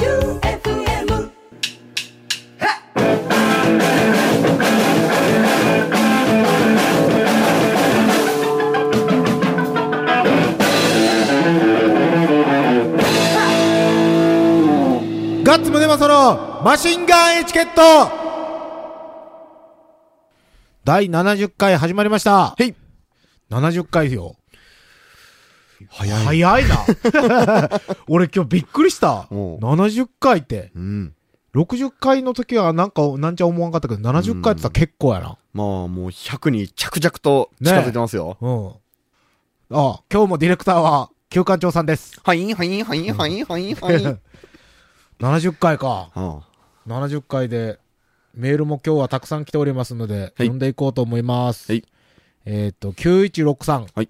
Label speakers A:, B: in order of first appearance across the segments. A: J-O-E-U-F-M
B: ガッツムネマソロマシンガンエチケット第70回始まりました。
C: はい。
B: 70回よ。
C: 早い。
B: 早いな。 俺今日びっくりした。
C: おう
B: 70回って。
C: うん。
B: 60回の時はなんか、なんちゃ思わんかったけど、70回ってさ結構やな。
C: まあ、もう100に着々と近づいてますよ。
B: うん。ああ今日もディレクターは、旧館長さんです。
C: はい、はい、はい、はい、はい、はい。 うん。
B: 70回か。
C: は
B: 70回で、メールも今日はたくさん来ておりますので、読んでいこうと思います。
C: はい
B: えっ、と、9163。
C: はい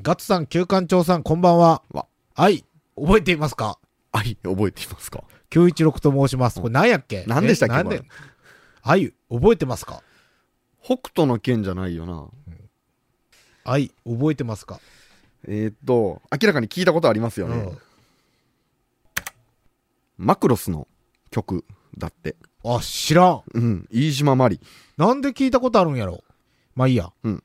B: ガッツさん、旧館長さん、こんばんは。
C: わ
B: はい。覚えていますか
C: い、覚えていますか
B: 916と申します。これ何やっけ
C: 何でしたっけ
B: えなん
C: これ
B: ではい、覚えてますか
C: 北斗の剣じゃないよな。
B: はい、覚えてますか、
C: えーっと、明らかに聞いたことありますよ
B: う
C: ね
B: ん。。
C: マクロスの曲だって。
B: あ、知らん。
C: うん。飯島まり。
B: なんで聞いたことあるんやろまあいいや。
C: うん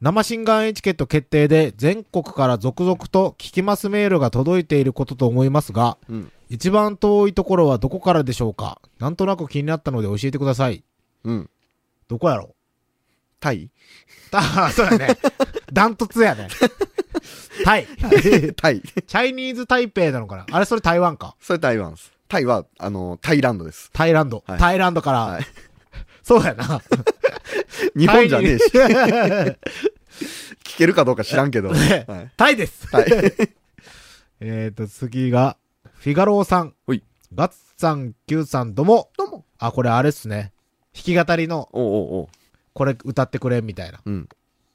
B: 生新眼エチケット決定で全国から続々と聞きますメールが届いていることと思いますが、
C: うん。
B: 一番遠いところはどこからでしょうかなんとなく気になったので教えてください。
C: うん。
B: どこやろ
C: タイ
B: ああ、そう やね。ダントツやね。タイ。
C: タイ。
B: チャイニーズ・台北なのかなあれ、それ台湾か。
C: それ台湾です。タイは、あの、タイランドです。
B: タイランド。
C: はい
B: タイランドから。
C: はい
B: そうやな。
C: 日本じゃねえし、
B: え
C: 聞けるかどうか知らんけど。はい。はい。
B: タイです。えっと、次が、フィガローさん。
C: ほい
B: ガッツさん、キューさん、どうも。
C: どうも。
B: あ、これあれっすね。弾き語りの、
C: おうおうおう。
B: これ歌ってくれ、みたいな。
C: うん。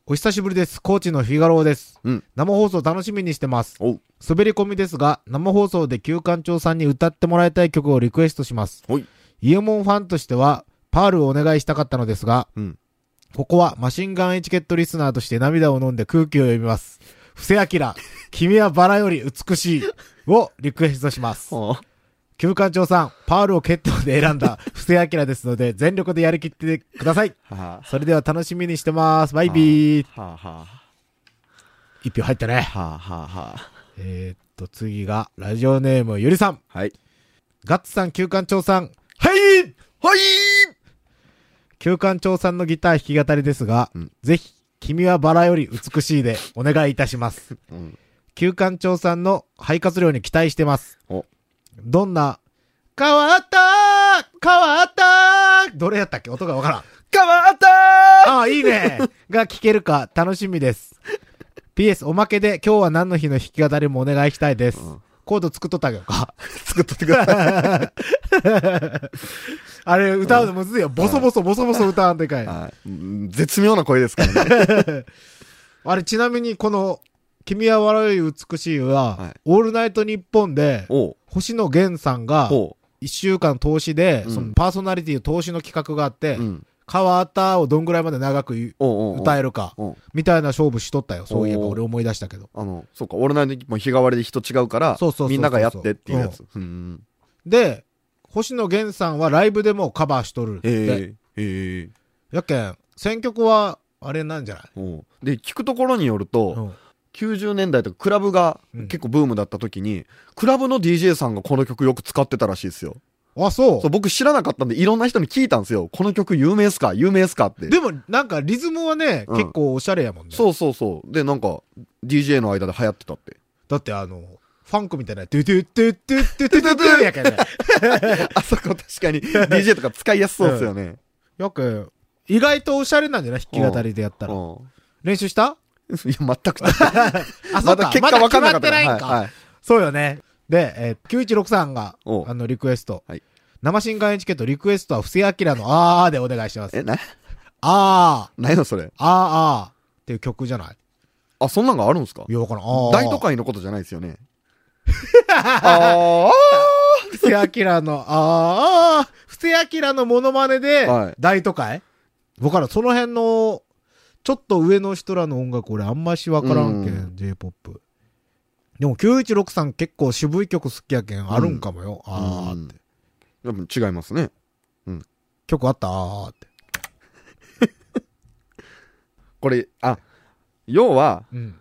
B: お久しぶりです。コーチのフィガローです。
C: うん。
B: 生放送楽しみにしてます。
C: おう。
B: 滑り込みですが、生放送で旧館長さんに歌ってもらいたい曲をリクエストします。
C: ほい。
B: イエモンファンとしては、パールをお願いしたかったのですが、
C: うん。
B: ここはマシンガンエチケットリスナーとして涙を飲んで空気を読みます。布施明、君はバラより美しいをリクエストします。
C: はあ。
B: 旧館長さん、パールを決闘で選んだ布施明ですので、全力でやりきってください。
C: は
B: それでは楽しみにしてます。バイビー。
C: あ、はあ、は
B: 一票入ったね
C: あ、。はあ、はあ、は
B: えー、っと、次が、ラジオネームゆりさん。
C: あ。はい。
B: ガッツさん、旧館長さん。はい
C: はい
B: 旧館長さんのギター弾き語りですが、
C: うん
B: ぜひ、君はバラより美しいでお願いいたします。
C: うん。
B: 旧館長さんの肺活量に期待してます。
C: お、
B: どんな、変わったー変わったーどれやったっけ音がわからん。
C: 変わった
B: ああ、いい ねが聞けるか楽しみです。PS、おまけで今日は何の日の弾き語りもお願いしたいです。
C: うん
B: コード作っとったけどか。
C: 作っとってください。
B: あれ、歌うのむずいよ。ボソボソボソボソ歌わんといかい。
C: はいうん絶妙な声ですからね。
B: あれ、ちなみにこの、君は笑い美しいは、
C: はい
B: オールナイトニッポンで、
C: おう、
B: 星野源さんが、
C: ほ
B: 一週間投資で、
C: うん
B: そのパーソナリティ投資の企画があって、
C: う。うん。
B: 変わったをどんぐらいまで長く言う
C: おうおうおう。
B: 歌えるか、
C: うん。
B: みたいな勝負しとったよ。そういえば
C: おー
B: 俺思い出したけど。
C: あの、そうか、俺の時も日替わりで人違うから、
B: そうそうそうそう
C: みんながやってっていうやつ。うん。
B: で、星野源さんはライブでもカバーしとるって。
C: ええ、ええ。
B: やっけん、選曲は、あれなんじゃない
C: おうで、聞くところによると、
B: うん。
C: 90年代とかクラブが
B: うん
C: 結構ブームだった時に、クラブの DJ さんがこの曲よく使ってたらしいですよ。
B: あ、そう
C: そう、僕知らなかったんで、いろんな人に聞いたんですよ。この曲有名っすか有名っすかって。
B: でも、なんかリズムはね、
C: うん
B: 結構おしゃれやもんね。
C: そうそうそう。で、なんか、DJ の間で流行って たって。
B: だってあの、ファンクみたいな、ドゥドゥドゥドゥドゥドゥドゥドゥやけ んね。
C: あそこ確かに DJ とか使いやすそうっすよね。
B: よく、意外とおしゃれなんじゃない弾き語りでやった
C: うん
B: ら。。練習した
C: いや、全くだって。
B: あ、そ
C: ま
B: う
C: だ
B: か。
C: 結
B: まだ決
C: 果分かんな
B: ま
C: か
B: っ
C: ってた
B: ないん
C: はい
B: か。
C: はい
B: そうよね。で、えー、9163が、
C: おう
B: あの、リクエスト
C: はい。
B: 生新刊エチケットリクエストは、布施明のあーでお願いします。
C: え、な、
B: あー、
C: ないのそれ。
B: あーあーっていう曲じゃない
C: あ、そんなんがあるんすか
B: いや、わからん。あー。
C: 大都会のことじゃないです よね。あ
B: 布施明のあー、布施明のモノマネで
C: はい、
B: 大都会わからん。その辺の、ちょっと上の人らの音楽俺あんましわからんけ、
C: うん
B: J-POP。でも916さん結構渋い曲好きやけん、あるんかもよ。あー、
C: って。でも違いますね。
B: 曲あったあーって。
C: これ、あ、要は、
B: うん。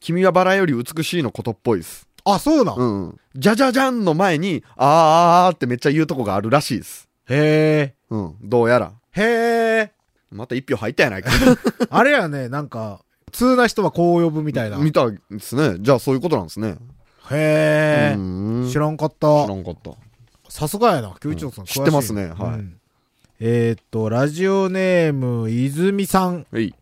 C: 君はバラより美しいのことっぽいです。
B: あ、そうなん、
C: うんうん。じゃじゃじゃんの前に、あーあーあーってめっちゃ言うとこがあるらしいです。
B: へ
C: うん。どうやら。
B: え。へえ。
C: また一票入ったやないか。
B: あれやね、なんか、通な人はこう呼ぶみたいな。
C: 見
B: へ
C: たんですね。じゃあそういうことなんですね。
B: え
C: う。ーん
B: 知らんかっ
C: 知ら
B: た。
C: んかった。
B: さすがやな、九一郎さん、
C: う
B: 詳
C: ん
B: しい
C: 知ってますねはい
B: んえーっと、ラジオネーム、泉さん、
C: はい。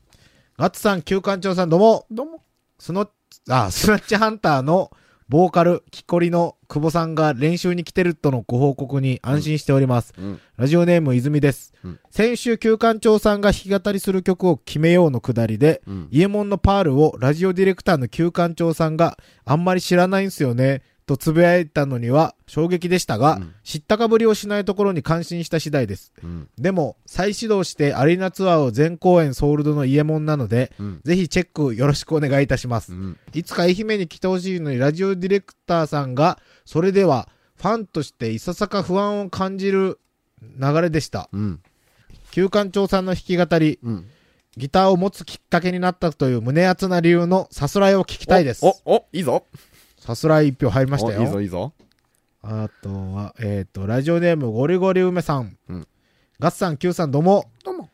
B: ガッツさん、旧館長さん、どうも。
C: どうも。
B: スノッ、あ、スナッチハンターのボーカル、キコリの久保さんが練習に来てるとのご報告に安心しております。
C: うん。
B: ラジオネーム、泉です。
C: うん
B: 先週、旧館長さんが弾き語りする曲を決めようのくだりで、
C: うん。
B: イエモンのパールをラジオディレクターの旧館長さんがあんまり知らないんすよね、とつぶやいたのには衝撃でしたが、
C: うん
B: 知ったかぶりをしないところに感心した次第です。
C: うん。
B: でも、再始動してアリーナツアーを全公演ソールドのイエモンなので、
C: うん。
B: ぜひチェックよろしくお願いいたします
C: う。ん。
B: いつか愛媛に来てほしいのにラジオディレクターさんが、それではファンとしていささか不安を感じる流れでした。
C: うん。
B: 旧館長さんの弾き語り、
C: うん。
B: ギターを持つきっかけになったという胸熱な理由のさすらいを聞きたいです。
C: お、お、いいぞ。
B: さすらい一票入りました
C: おいいぞ、
B: よ。
C: いいぞ。
B: あとは、えっ、と、ラジオネームゴリゴリ梅さん。
C: うん
B: ガッサン Q さんどうも。
C: どうも。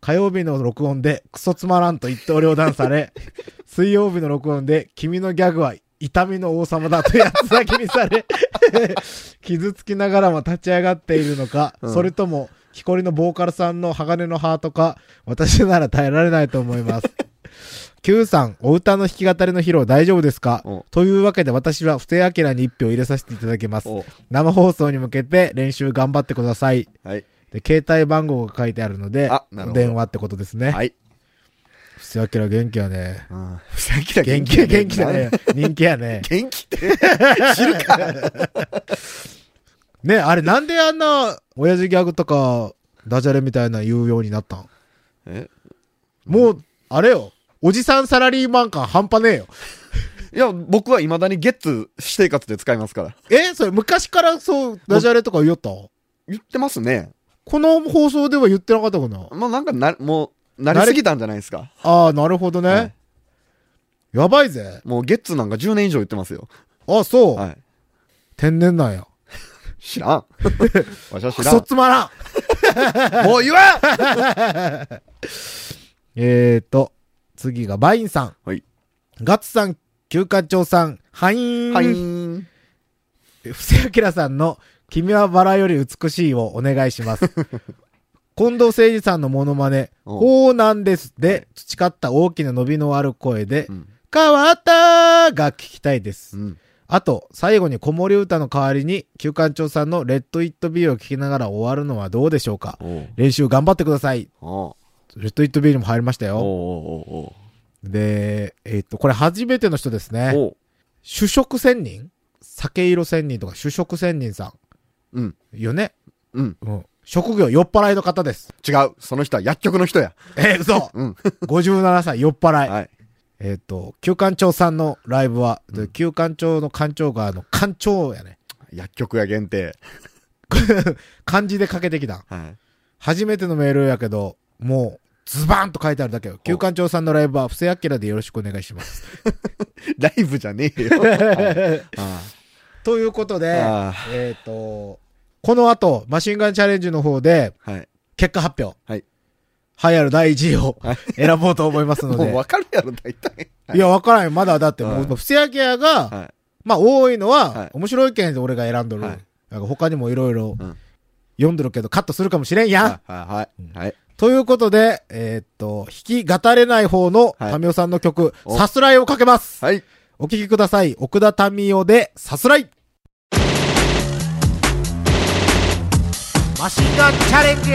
B: 火曜日の録音でクソつまらんと言ってお両断さ れ、水曜日の録音で君のギャグは痛みの王様だとやつだけにされ、 傷つきながらも立ち上がっているのか、
C: うん
B: それとも、木こりのボーカルさんの鋼のハートか、私なら耐えられないと思い ます。Q さん、お歌の弾き語りの披露大丈夫ですか
C: お
B: というわけで私は不正明に一票入れさせていただきます。
C: お
B: 生放送に向けて練習頑張ってください。
C: はい。
B: で、携帯番号が書いてあるので
C: あなる、ほど
B: 電話ってことですね。
C: はい。
B: 布施明元気やね。
C: うん。 元気だ
B: 元気や元気だね。。人気やね。
C: 元気って。
B: ね、あれなんであんな、親父ギャグとか、ダジャレみたいな言うようになったん
C: え
B: もう、あれよ。おじさんサラリーマン感半端ねえよ。
C: いや、僕は未だにゲッツ私生活で使いますから。
B: えそれ昔からそう、ダジャレとか言おった
C: 言ってますね。
B: この放送では言ってなかったかな
C: まあなんかな、もう、慣れすぎたんじゃないですか。
B: ああ、なるほどね。
C: はい
B: やばいぜ。
C: もうゲッツなんか10年以上言ってますよ。
B: あそう、
C: はい。
B: 天然なんや。
C: 知らん。 わしは知
B: ク
C: ら
B: ソつまらん
C: ん。もう言わん
B: えーと、次がバインさん。
C: はい。
B: ガッツさん、休館長さん、はいーん。
C: はいーん。
B: 布施明さんの君はバラより美しいをお願いし ます。近藤誠二さんのモノマネ、
C: おう
B: こうなんですで培った大きな伸びのある声で
C: う、ん。
B: 変わったーが聞きたいです
C: う。ん。
B: あと、最後に子守歌の代わりに、旧館長さんのレッド・イット・ビーを聞きながら終わるのはどうでしょうか
C: おう
B: 練習頑張ってください。
C: おう
B: レッド・イット・ビーにも入りました
C: おう
B: よ。
C: おう
B: で、えっ、と、これ初めての人です
C: おう
B: ね。
C: おう
B: 主食仙人酒色仙人とか主食仙人さ
C: うん。
B: ん。よね。
C: うん。
B: うん。職業酔っ払いの方です。
C: 違う。その人は薬局の人や。
B: えー、嘘
C: うん。
B: !57 歳酔っ払い。
C: はい。
B: えっ、と、旧館長さんのライブは、で旧館長の館長が、あの、館長やね。
C: 薬局や限定。
B: 漢字でかけてきた。
C: はい。
B: 初めてのメールやけど、もう、ズバーンと書いてあるだけよ。旧館長さんのライブは、布施明でよろしくお願いします。
C: ライブじゃね えよ。はいあ
B: ということで、
C: あー
B: えっ、と、この後、マシンガンチャレンジの方で、
C: あはい。
B: 結果発表。
C: はい。
B: 栄えある第1位を
C: はい
B: 選ぼうと思いますの
C: も
B: で。
C: うわかるやろ、大体。
B: いや、わからんよ。まだだって、も
C: は
B: う、布施明が、
C: は
B: まあ多いのは、
C: はい
B: 面白いけんで俺が選んどる。
C: はい
B: なんか他にもいろいろ
C: うん
B: 読んどるけどカットするかもしれん
C: い。
B: やん、
C: はい。はい。はい。
B: ということで、えーっと、弾き語れない方の
C: はい
B: 民生さんの曲、
C: お
B: さすらいをかけます。
C: はい。
B: お聴きください。奥田民生で、さすらい。マシンガンチャレンジ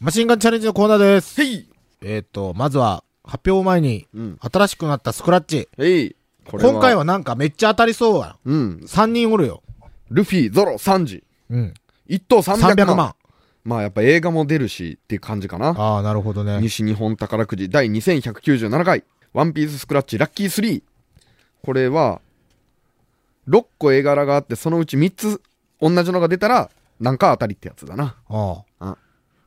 B: マシンガンチャレンジのコーナーです。
C: へい
B: えーっと、まずは、発表前に、
C: うん。
B: 新しくなったスクラッチ。
C: へい。これ
B: 今回。はなんかめっちゃ当たりそうや。
C: うん。
B: 3人おるよ。
C: ルフィ、ゾロ、サンジ。
B: うん。
C: 一等300万。
B: 300万。
C: まあやっぱ映画も出るしっていう感じかな。
B: ああ、なるほどね。
C: 西日本宝くじ第2197回。ワンピーススクラッチラッキー3。これは、6個絵柄があって、そのうち3つ同じのが出たら、なんか当たりってやつだな。
B: ああ
C: うん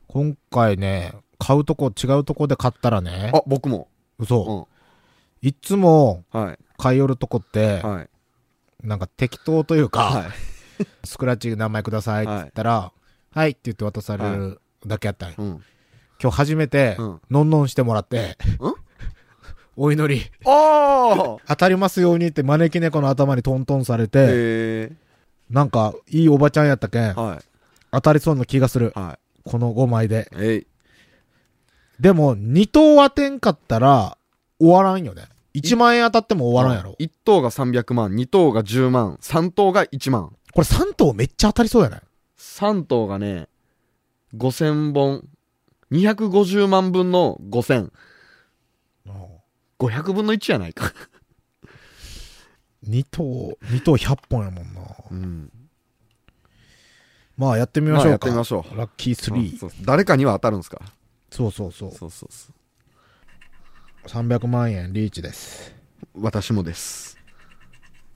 B: 今回ね、買うとこ違うとこで買ったらね、
C: あ、僕も。
B: 嘘。
C: う
B: いつも
C: ん。はい。
B: 買い寄るとこって、
C: はい。
B: なんか適当というか、
C: はい。
B: スクラッチ名前くださいって言ったら、はい、って言って渡されるだけやったんよ、
C: うん。
B: 今日初めて
C: うん、
B: のんのんしてもらって、
C: うん
B: お祈り、
C: ああ
B: 当たりますようにって招き猫の頭にトントンされて、
C: へえ。
B: なんか、いいおばちゃんやったけん、
C: はい。
B: 当たりそうな気がする。
C: は
B: この5枚で。
C: い。えい。
B: でも、2等当てんかったら、終わらんよね。1万円当たっても終わらんやろ。
C: 1等が300万、2等が10万、3等が1万。
B: これ3等めっちゃ当たりそうやない
C: 3等がね、5000本。250万分の5000。500分の1やないか。
B: ?2 等、2等100本やもんな。
C: うん。
B: まあ、やってみま
C: ま
B: し
C: あ
B: ょ
C: や
B: う
C: っ
B: か。
C: てみましょう。
B: ラッキー3。
C: そうそう誰かには当たるんすか
B: そうそうそう。
C: そうそうそう。
B: 300万円リーチです。
C: 私もです。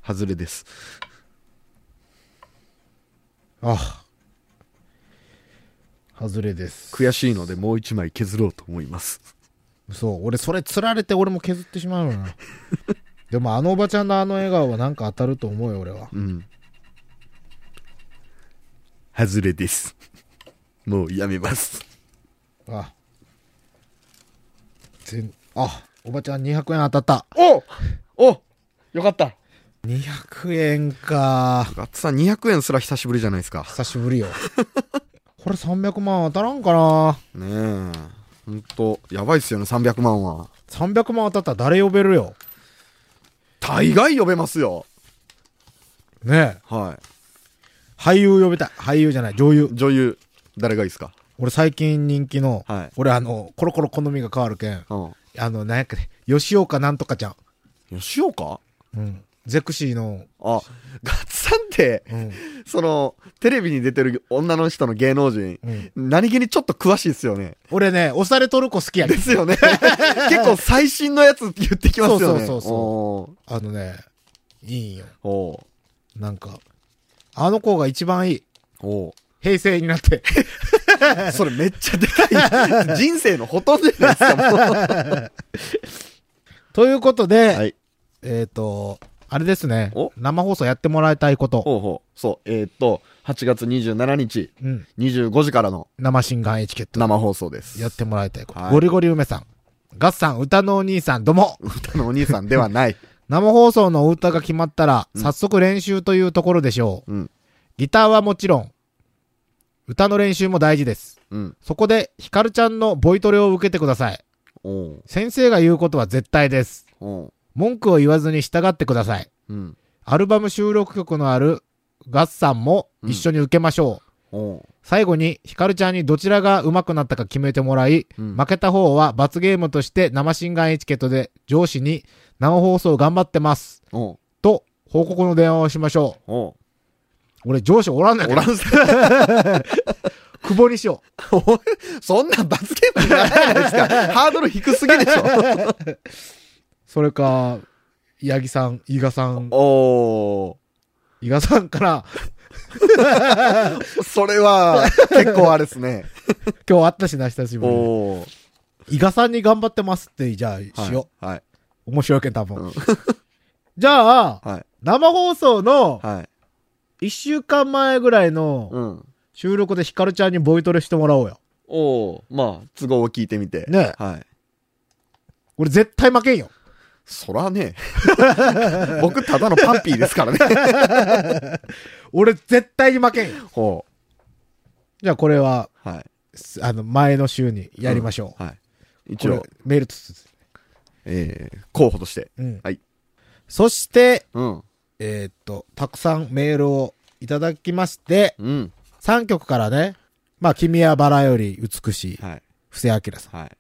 C: 外れです。
B: ああ。外れです。
C: 悔しいのでもう一枚削ろうと思います。
B: そう。俺、それ釣られて俺も削ってしまうよ な。でも、あのおばちゃんのあの笑顔はなんか当たると思うよ、俺は。
C: うん。外れです。もうやめます。
B: あ全あおばちゃん200円当たった
C: おおよかった。
B: 200円か
C: ガッツさん200円すら久しぶりじゃないですか。
B: 久しぶり よこれ300万当たらんかな
C: ねえ。ほんと、やばいっすよね、300万は。
B: 300万当たったら誰呼べるよ
C: 大概呼べますよ。
B: ねえ
C: は
B: 俳優呼びたい俳優じゃない女優
C: い。女優、誰がいいっすか
B: 俺最近人気の、
C: はい
B: 俺あのコロコロ好みが変わるけん
C: うん。
B: あのなんやっけね吉岡なんとかちゃん
C: 吉岡
B: うんゼクシーの、
C: あ、ガッツさんって、
B: うん、
C: その、テレビに出てる女の人の芸能人、
B: うん
C: 何気にちょっと詳しいっすよね。
B: 俺ね押されとる子好きやけ
C: で
B: ん
C: すよね。結構最新のやつ言ってきます
B: そ
C: よね。
B: うそうそうそう
C: お
B: あのねいいんよ
C: ーお
B: なんかあの子が一番いい
C: ーお
B: 平成になって。
C: ーそれめっちゃでかい。人生のほとんどじゃないですか、も
B: ということで、
C: う。い。
B: えっ、と、あれですね
C: お。
B: 生放送やってもらいたいこと。
C: ほうほう。そう。えーっと、8月27日、
B: うん。
C: 25時からの
B: 生新眼エチケット。
C: 生放送です。
B: やってもらいたいこと。
C: はい
B: ゴリゴリ梅さん。ガッさん、歌のお兄さん、どうも。
C: 歌のお兄さんではない。
B: 生放送のお歌が決まったら、
C: うん
B: 早速練習というところでしょう。
C: うん
B: ギターはもちろん、歌の練習も大事です。
C: うん。
B: そこで、ヒカルちゃんのボイトレを受けてください。
C: おう
B: 先生が言うことは絶対です。
C: おう
B: 文句を言わずに従ってください。
C: うん。
B: アルバム収録曲のあるガッサンも一緒に受けましょう。
C: おう
B: 最後に、ヒカルちゃんにどちらが上手くなったか決めてもらい、
C: うん
B: 負けた方は罰ゲームとして生心眼エチケットで上司に生放送頑張ってます。
C: おう
B: と、報告の電話をしましょ
C: おう
B: う。俺上司おらんねん
C: お
B: け
C: ら
B: ど、
C: んす
B: 久保にしよう。
C: そんなん罰ゲームにならないじゃないですか。ハードル低すぎでしょ。
B: それか、八木さん、伊賀さん、
C: お
B: 伊賀さんから、
C: ー。それは、結構あれですね。
B: 今日会ったしな、久しぶりに。
C: おー。
B: 伊賀さんに頑張ってますって、じゃあ、しよ
C: う。はい。
B: う。面白いけん、多
C: う
B: 分
C: ん。
B: じゃあ、
C: はい。
B: 生放送の
C: はい。
B: 1週間前ぐらいの
C: うん。
B: 収録でヒカルちゃんにボイトレしてもらおうよ。
C: おー。まあ、都合を聞いてみて。
B: ね
C: はい。
B: 俺絶対負けんよ。
C: そらね。 僕、ただのパンピーですからね。
B: 俺絶対に負けんよ。
C: ほ
B: じゃあこれは、
C: う。はい。
B: すあの、前の週にやりましょう。
C: はい。
B: こ
C: 一
B: れ
C: 応、
B: メールつつ。
C: えー、候補として。
B: うん。
C: はい。
B: そして、
C: うん。
B: えーっと、たくさんメールをいただきまして、
C: うん。
B: 3曲からね、まあ、君はバラより美しい、
C: はい。
B: 布施明さん、
C: はい。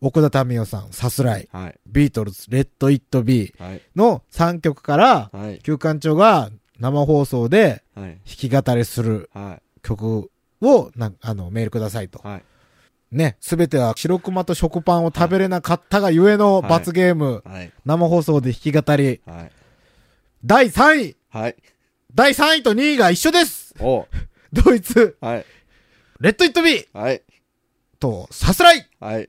B: 奥田民生さん、さすらい、
C: はい。
B: ビートルズ、レッド・イット・ビー
C: はい。
B: の3曲から、
C: はい。
B: 旧館長が生放送で
C: はい。
B: 弾き語りする
C: はい。
B: 曲を、なんあの、メールくださいと。
C: はい。
B: ね、すべては白熊と食パンを食べれなかったがゆえの
C: はい
B: 罰ゲーム、
C: はい。
B: 生放送で弾き語り、
C: はい。
B: 第3位
C: はい。
B: 第3位と2位が一緒です
C: おう
B: ドイツ、
C: はい。
B: レッド・イット・ビー
C: はい。
B: と、さすらい
C: はい。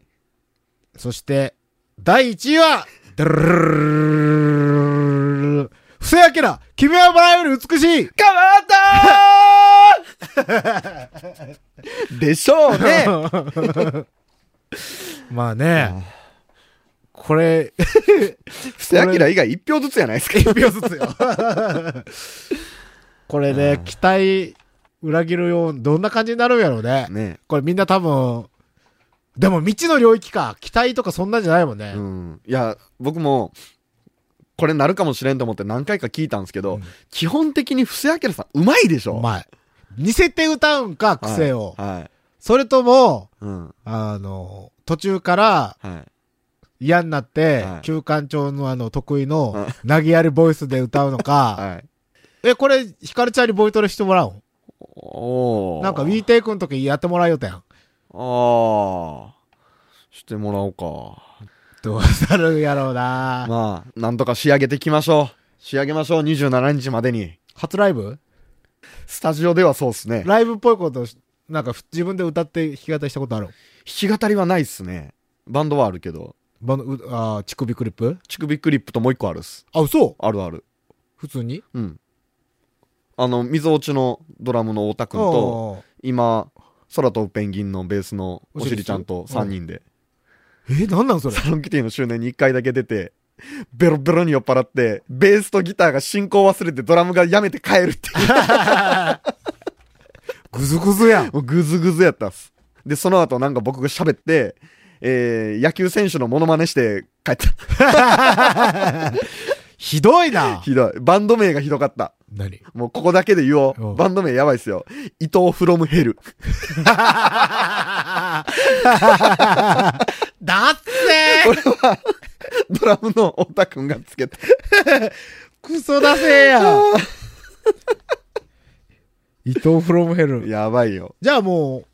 B: そして、第1位は、ドゥルルルルルル布施明、君はバラより美しい
C: 変わったー でしょう ね
B: まあね、これ、
C: 布施明以外1票ずつやないですか。
B: 1票ずつよ。これね、期待裏切るよう、どんな感じになるんやろうね。
C: ね
B: これみんな多分、でも未知の領域か。期待とかそんなんじゃないもんね。
C: うん。いや、僕も、これなるかもしれんと思って何回か聞いたんですけど、基本的に布施明さんうまいでしょ
B: うまい。似せて歌うんか、癖を。
C: はい。はい
B: それとも、
C: うん。
B: あの、途中から
C: はい。
B: 嫌になって、
C: はい
B: 旧館長のあの、得意の
C: は、
B: 投げやりボイスで歌うのか、
C: はい。
B: え、これ、ヒカルちゃんにボイトレしてもらおう
C: おー
B: なんか、ウィーテイクの時やってもらえようたやん。
C: ああ。してもらおうか。
B: どうなるんやろうな、
C: まあ、なんとか仕上げてきましょう。仕上げましょう、27日までに。
B: 初ライブ
C: スタジオではそうっすね。弾
B: ライブっぽいことし、なんかふ自分で歌って弾き語りしたことある
C: き語りはないっすね。バンドはあるけど。
B: バンド、うあー乳首クリップ
C: 乳首クリップともう一個あるっす。
B: あ、嘘
C: あるある。
B: 普通に
C: うん。あの、水落ちのドラムの太田くんと、
B: おう
C: 今、空飛ぶペンギンのベースのお
B: おし
C: し
B: り
C: りちゃんと
B: ちゃん
C: 3人で、
B: え、なんなんそれ
C: サロンキティの周年に1回だけ出て、ベロベロに酔っ払って、ベースとギターが進行忘れてドラムがやめて帰るっていう。
B: ぐずぐずやん。
C: もうグズグズやったっす。で、その後なんか僕が喋って、えー、野球選手のモノマネして帰った。
B: ひどいな
C: ひどい。バンド名がひどかった。
B: 何
C: もうここだけで言お
B: お
C: う。
B: う
C: バンド名やばいっすよ。伊藤フロムヘ ル。
B: だっせー
C: ドラムの太田くんがつけて。
B: クソだせーや伊藤フロムヘル。
C: やばいよ。
B: じゃあもう、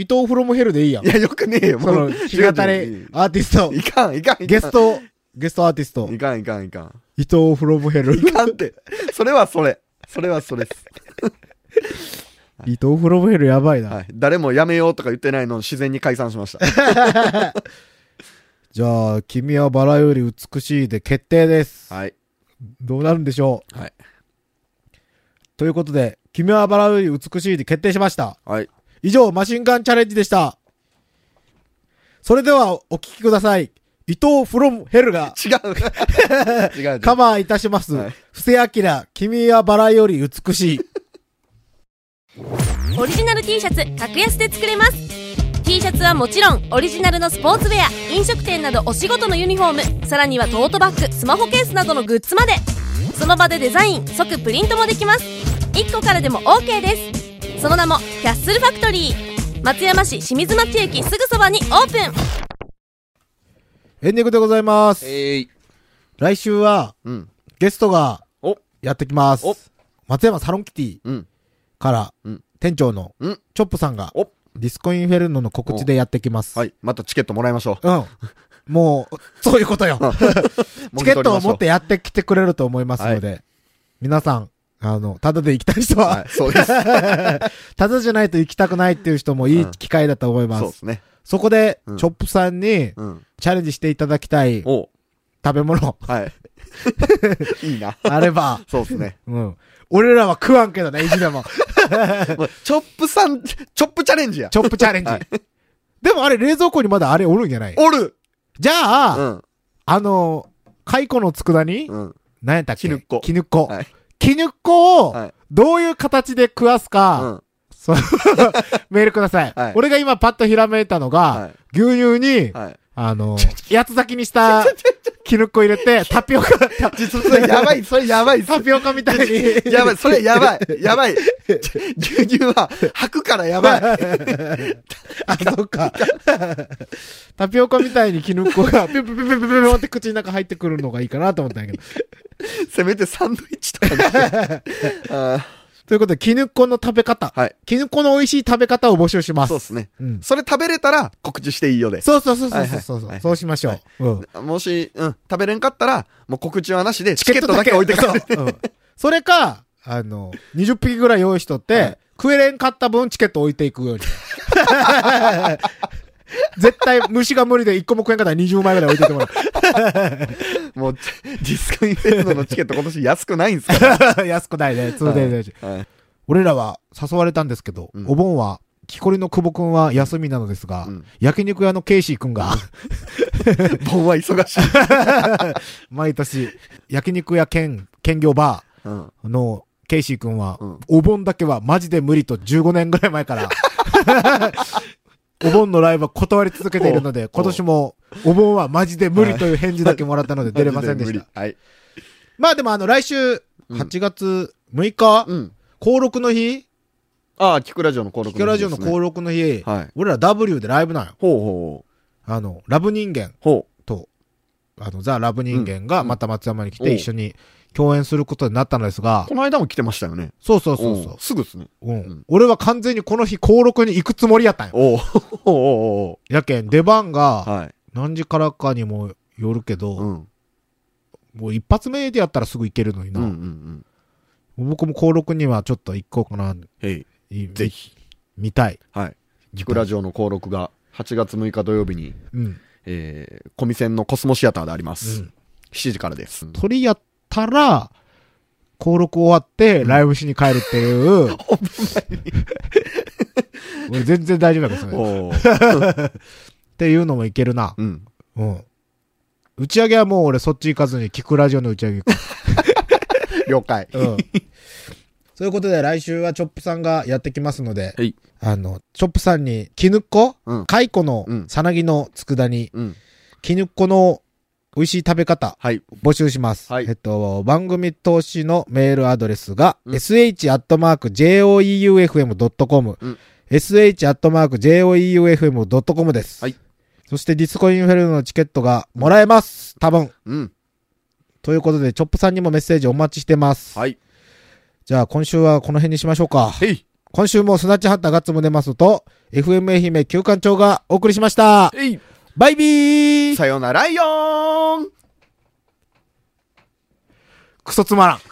B: 伊藤フロムヘルでいいやん
C: い。や、よくねえよ。
B: そ
C: も
B: の、
C: う、
B: 日語りアーティスト
C: い、かん、いかん、いかん。
B: ゲスト、ゲストアーティスト、
C: いかん、いかん、いかん。
B: 伊藤フロムヘル。
C: いかんって。それはそれ。それはそれっす。
B: 伊藤フロムヘルやばいな。
C: はい。誰もやめようとか言ってないのを自然に解散しました。
B: じゃあ、君はバラより美しいで決定です。
C: はい。
B: どうなるんでしょう。
C: はい。
B: ということで、君はバラより美しいで決定しました。
C: はい。
B: 以上、マシンガンチャレンジでした。それでは、お聞きください。伊藤フロムヘルが
C: 違 う。違う違う。
B: カバーいたします。
C: はい
B: 布施明、君はバラより美しい。
D: オリジナル T シャツ格安で作れます T シャツはもちろんオリジナルのスポーツウェア飲食店などお仕事のユニフォームさらにはトートバッグスマホケースなどのグッズまでその場でデザイン即プリントもできます1個からでも OK ですその名もキャッスルファクトリー松山市清水町駅すぐそばにオープン
B: エンディングでございます。
C: えい。
B: 来週は、
C: うん。
B: ゲストが
C: お、
B: やってきます
C: お。
B: 松山サロンキティ
C: うん。
B: から
C: うん、
B: 店長の
C: うん
B: チョップさんが、
C: お、
B: ディスコインフェルノの告知でやってきます。
C: はい。またチケットもらいましょう。
B: うん。もう、そういう ことよ。チケットを持ってやってきてくれると思いますので、皆さん、あの、ただで行きたい人は、
C: はい。そうです。
B: ただじゃないと行きたくないっていう人もいい機会だと思い ます。
C: そうですね。
B: そこで、
C: うん
B: チョップさんに
C: うん。
B: チャレンジしていただきたい食
C: お
B: べ物
C: はい。 いいな。
B: あれば、
C: そうですね。
B: うん。俺らは食わんけどね、意地でも。
C: もう チョップさん、チョップチャレンジや。
B: チョップチャレンジ。
C: はい
B: でもあれ、冷蔵庫にまだあれおるんじゃない
C: おる
B: じゃあ、
C: うん。
B: あの、蚕の佃煮、
C: うん。
B: 何やったっけ
C: 絹っこ
B: 絹っこ。
C: はい。
B: 絹っこを、
C: はい。
B: どういう形で食わす
C: う
B: か、
C: ん。
B: そう メールください,、
C: はい
B: 俺が今パッとひらめいたのが、
C: は
B: 牛乳に、
C: い。はい。
B: あの、八つ咲きにした絹っこ入れて、タピオカ、 タ
C: 実はそれやばい、それやばい っす
B: タピオカみたいに。
C: やばい、それやばい、やばい。牛乳 は吐くからやばい。
B: あ、そうか。タピオカみたいに絹っこが、ピュピュピュピュピュピュって口の中入ってくるのがいいかなと思ったんやけど。
C: せめてサンドイッチとかにして。あー
B: ということで、絹子の食べ方。
C: はい。
B: 絹子の美味しい食べ方を募集します。
C: そうですね。
B: うん。
C: それ食べれたら告知していいよで。
B: そうそうそうそうそうそう。
C: はいはいはい
B: そうしましょう。うん。
C: もし、うん、食べれんかったら、もう告知はなしで、チケットだけ置いてく
B: そ
C: る。
B: う。うん。それか、あの、20匹ぐらい用意しとって、
C: はい
B: 食えれんかった分チケット置いていくように。絶対虫が無理で1個も食えんかったら20枚ぐらい置いててもら
C: もう、ディスコインフェルノのチケット今年安くないんです から。
B: う。安くないね。2 d a だし。
C: はい
B: 俺らは誘われたんですけど、
C: うん
B: お盆は、木こりの久保くんは休みなのですが、
C: うん
B: 焼肉屋のケイシーくんが、
C: 盆は忙しい。
B: 毎年、焼肉屋兼、兼業バ
C: うん。
B: ーのケイシーくんは、
C: うん
B: お盆だけはマジで無理と15年ぐらい前から、 お盆のライブは断り続けているので、今年も、お盆はマジで無理という返事だけもらったので出れませんでし
C: マジ
B: た。
C: 無理はい。
B: まあでもあの、来週、
C: ん
B: 8月6日、
C: うん。
B: 登録の日
C: ああ、キクラジオの登
B: キ
C: 録
B: クラジオの
C: 登録。
B: 登録の日、
C: はい
B: 俺ら W でライブなんよ。
C: ほうほ
B: あの、ラブ人間
C: うほう。ほ
B: と、あの、ザ・ラブ人間が
C: うん
B: また松山に来
C: お
B: て
C: う
B: 一緒に共演することになったのですが
C: う。、この間も来てましたよね。
B: そうそうそうそ
C: んすぐですね。
B: う、うん。
C: うん
B: 俺は完全にこの日、登録に行くつもりやったんよ。
C: おう おうおうお
B: やけん、出番
C: う
B: が
C: はい。
B: 何時からかにもよるけど、
C: うん。
B: もう一発目でやったらすぐ行けるのに
C: う
B: な。
C: んうんうん。
B: 僕も登録にはちょっと行こうかな。
C: へい。
B: ぜ
C: ぜ。ひ。
B: 見たい。
C: はい。キクラジオの登録が8月6日土曜日に、
B: うん。
C: えー、コミセンのコスモシアターでありま
B: う
C: す。
B: ん
C: 7時からです。
B: それやったら、登録終わって、ライブしに帰るって いう。 俺全然大丈夫だから、それ。っ
C: おー
B: ていうのもいけるな。
C: うん。
B: うん。打ち上げはもう俺そっち行かずに、キクラジオの打ち上げ行く。
C: 了解。
B: うん。そういうことで来週はチョップさんがやってきますので、
C: はい
B: あの、チョップさんに、絹っこ、
C: うん
B: 蚕の
C: うん
B: さなぎの佃煮、
C: うん。
B: 絹っこの美味しい食べ方、
C: はい。
B: 募集します。
C: はい
B: えっと、番組投資のメールアドレスが、
C: うん
B: sh.joeufm.com、
C: うん
B: sh.joeufm.com です。
C: はい
B: そしてディスコインフェルノのチケットがもらえます。多分。
C: うん。
B: ということで、チョップさんにもメッセージお待ちしてます。
C: はい。
B: じゃあ、今週はこの辺にしましょうか。
C: へい。
B: 今週もスナッチハンターガッツムネマスと、FM 愛媛旧館長がお送りしました。
C: へい。
B: バイビー
C: さよならよーん
B: クソつまらん。